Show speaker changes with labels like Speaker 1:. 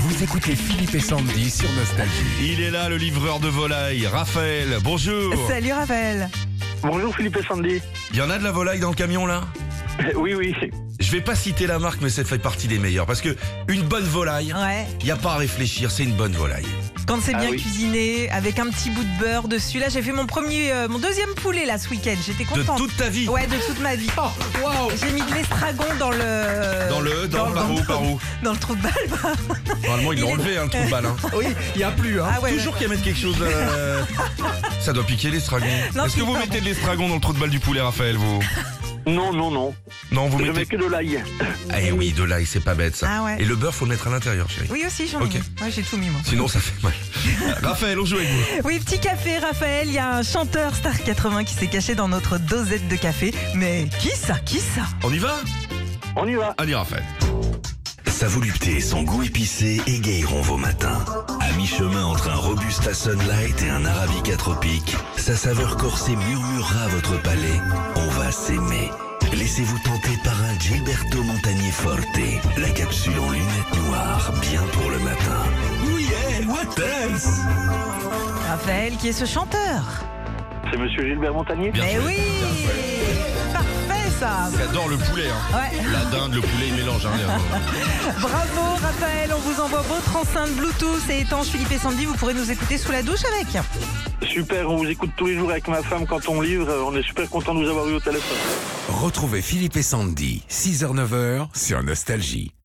Speaker 1: Vous écoutez Philippe et Sandy sur Nostalgie.
Speaker 2: Il est là, le livreur de volaille, Raphaël. Bonjour.
Speaker 3: Salut Raphaël.
Speaker 4: Bonjour Philippe et Sandy.
Speaker 2: Il y en a de la volaille dans le camion là
Speaker 4: Eh, Oui, oui.
Speaker 2: Je vais pas citer la marque, mais ça fait partie des meilleures. Parce que une bonne volaille,
Speaker 3: Ouais.
Speaker 2: il y a pas à réfléchir, c'est une bonne volaille.
Speaker 3: Quand c'est
Speaker 4: Ah
Speaker 3: bien
Speaker 4: oui.
Speaker 3: cuisiné, avec un petit bout de beurre dessus. Là, j'ai fait mon premier, euh, mon deuxième poulet là ce week-end. J'étais
Speaker 2: De
Speaker 3: contente.
Speaker 2: toute ta vie. Oh.
Speaker 3: Ouais, de toute ma vie. J'ai mis de l'estragon dans le.
Speaker 2: Dans le, dans, par où, par où
Speaker 3: Dans le trou de balle.
Speaker 2: Normalement, ils l'ont
Speaker 3: Il est-
Speaker 2: enlevé, hein, le trou de balle. hein.
Speaker 1: Oui, il n'y a plus, hein.
Speaker 3: Ah ouais.
Speaker 2: Toujours
Speaker 3: ouais.
Speaker 2: qu'il y a mettre quelque chose. euh, Ça doit piquer l'estragon.
Speaker 3: Non,
Speaker 2: Est-ce que
Speaker 3: pique
Speaker 2: vous
Speaker 3: pas,
Speaker 2: mettez de l'estragon dans le trou de balle du poulet, Raphaël vous
Speaker 4: Non, non, non.
Speaker 2: Non, vous
Speaker 4: Je
Speaker 2: mettez.
Speaker 4: mets que de l'ail.
Speaker 2: Eh oui, de l'ail, c'est pas bête ça.
Speaker 3: Ah ouais.
Speaker 2: Et le beurre, faut le mettre à l'intérieur, chérie.
Speaker 3: Oui aussi, j'en ai.
Speaker 2: Ok.
Speaker 3: mis. Ouais, j'ai tout mis moi.
Speaker 2: Sinon, ça fait mal. Raphaël, on joue avec vous.
Speaker 3: Oui, petit café, Raphaël. Il y a un chanteur Star 80 qui s'est caché dans notre dosette de café. Mais qui ça Qui ça
Speaker 2: On y va
Speaker 4: On y va.
Speaker 2: Allez, Raphaël.
Speaker 5: Sa volupté et son goût épicé égayeront vos matins. À mi-chemin entre un Robusta Sunlight et un Arabica Tropique, sa saveur corsée murmurera à votre palais On va s'aimer. Laissez-vous tenter par un Gilberto Montagnier Forte, la capsule en lunettes noires, bien pour le matin. Ooh yeah, what else?
Speaker 3: Raphaël, qui est ce chanteur
Speaker 2: Ah,
Speaker 4: C'est Monsieur Gilbert Montagnier.
Speaker 2: Bien
Speaker 3: Mais
Speaker 2: joué,
Speaker 3: Eh oui.
Speaker 2: bien joué.
Speaker 3: Parfait ça.
Speaker 2: J'adore le poulet. Hein.
Speaker 3: Ouais.
Speaker 2: La dinde, le poulet, il mélange. Hein,
Speaker 3: Bravo Raphaël, on vous envoie votre enceinte Bluetooth et étanche Philippe et Sandy, vous pourrez nous écouter sous la douche avec.
Speaker 4: Super, on vous écoute tous les jours avec ma femme quand on livre. On est super content de vous avoir eu au téléphone.
Speaker 1: Retrouvez Philippe et Sandy, 6h-9h sur Nostalgie.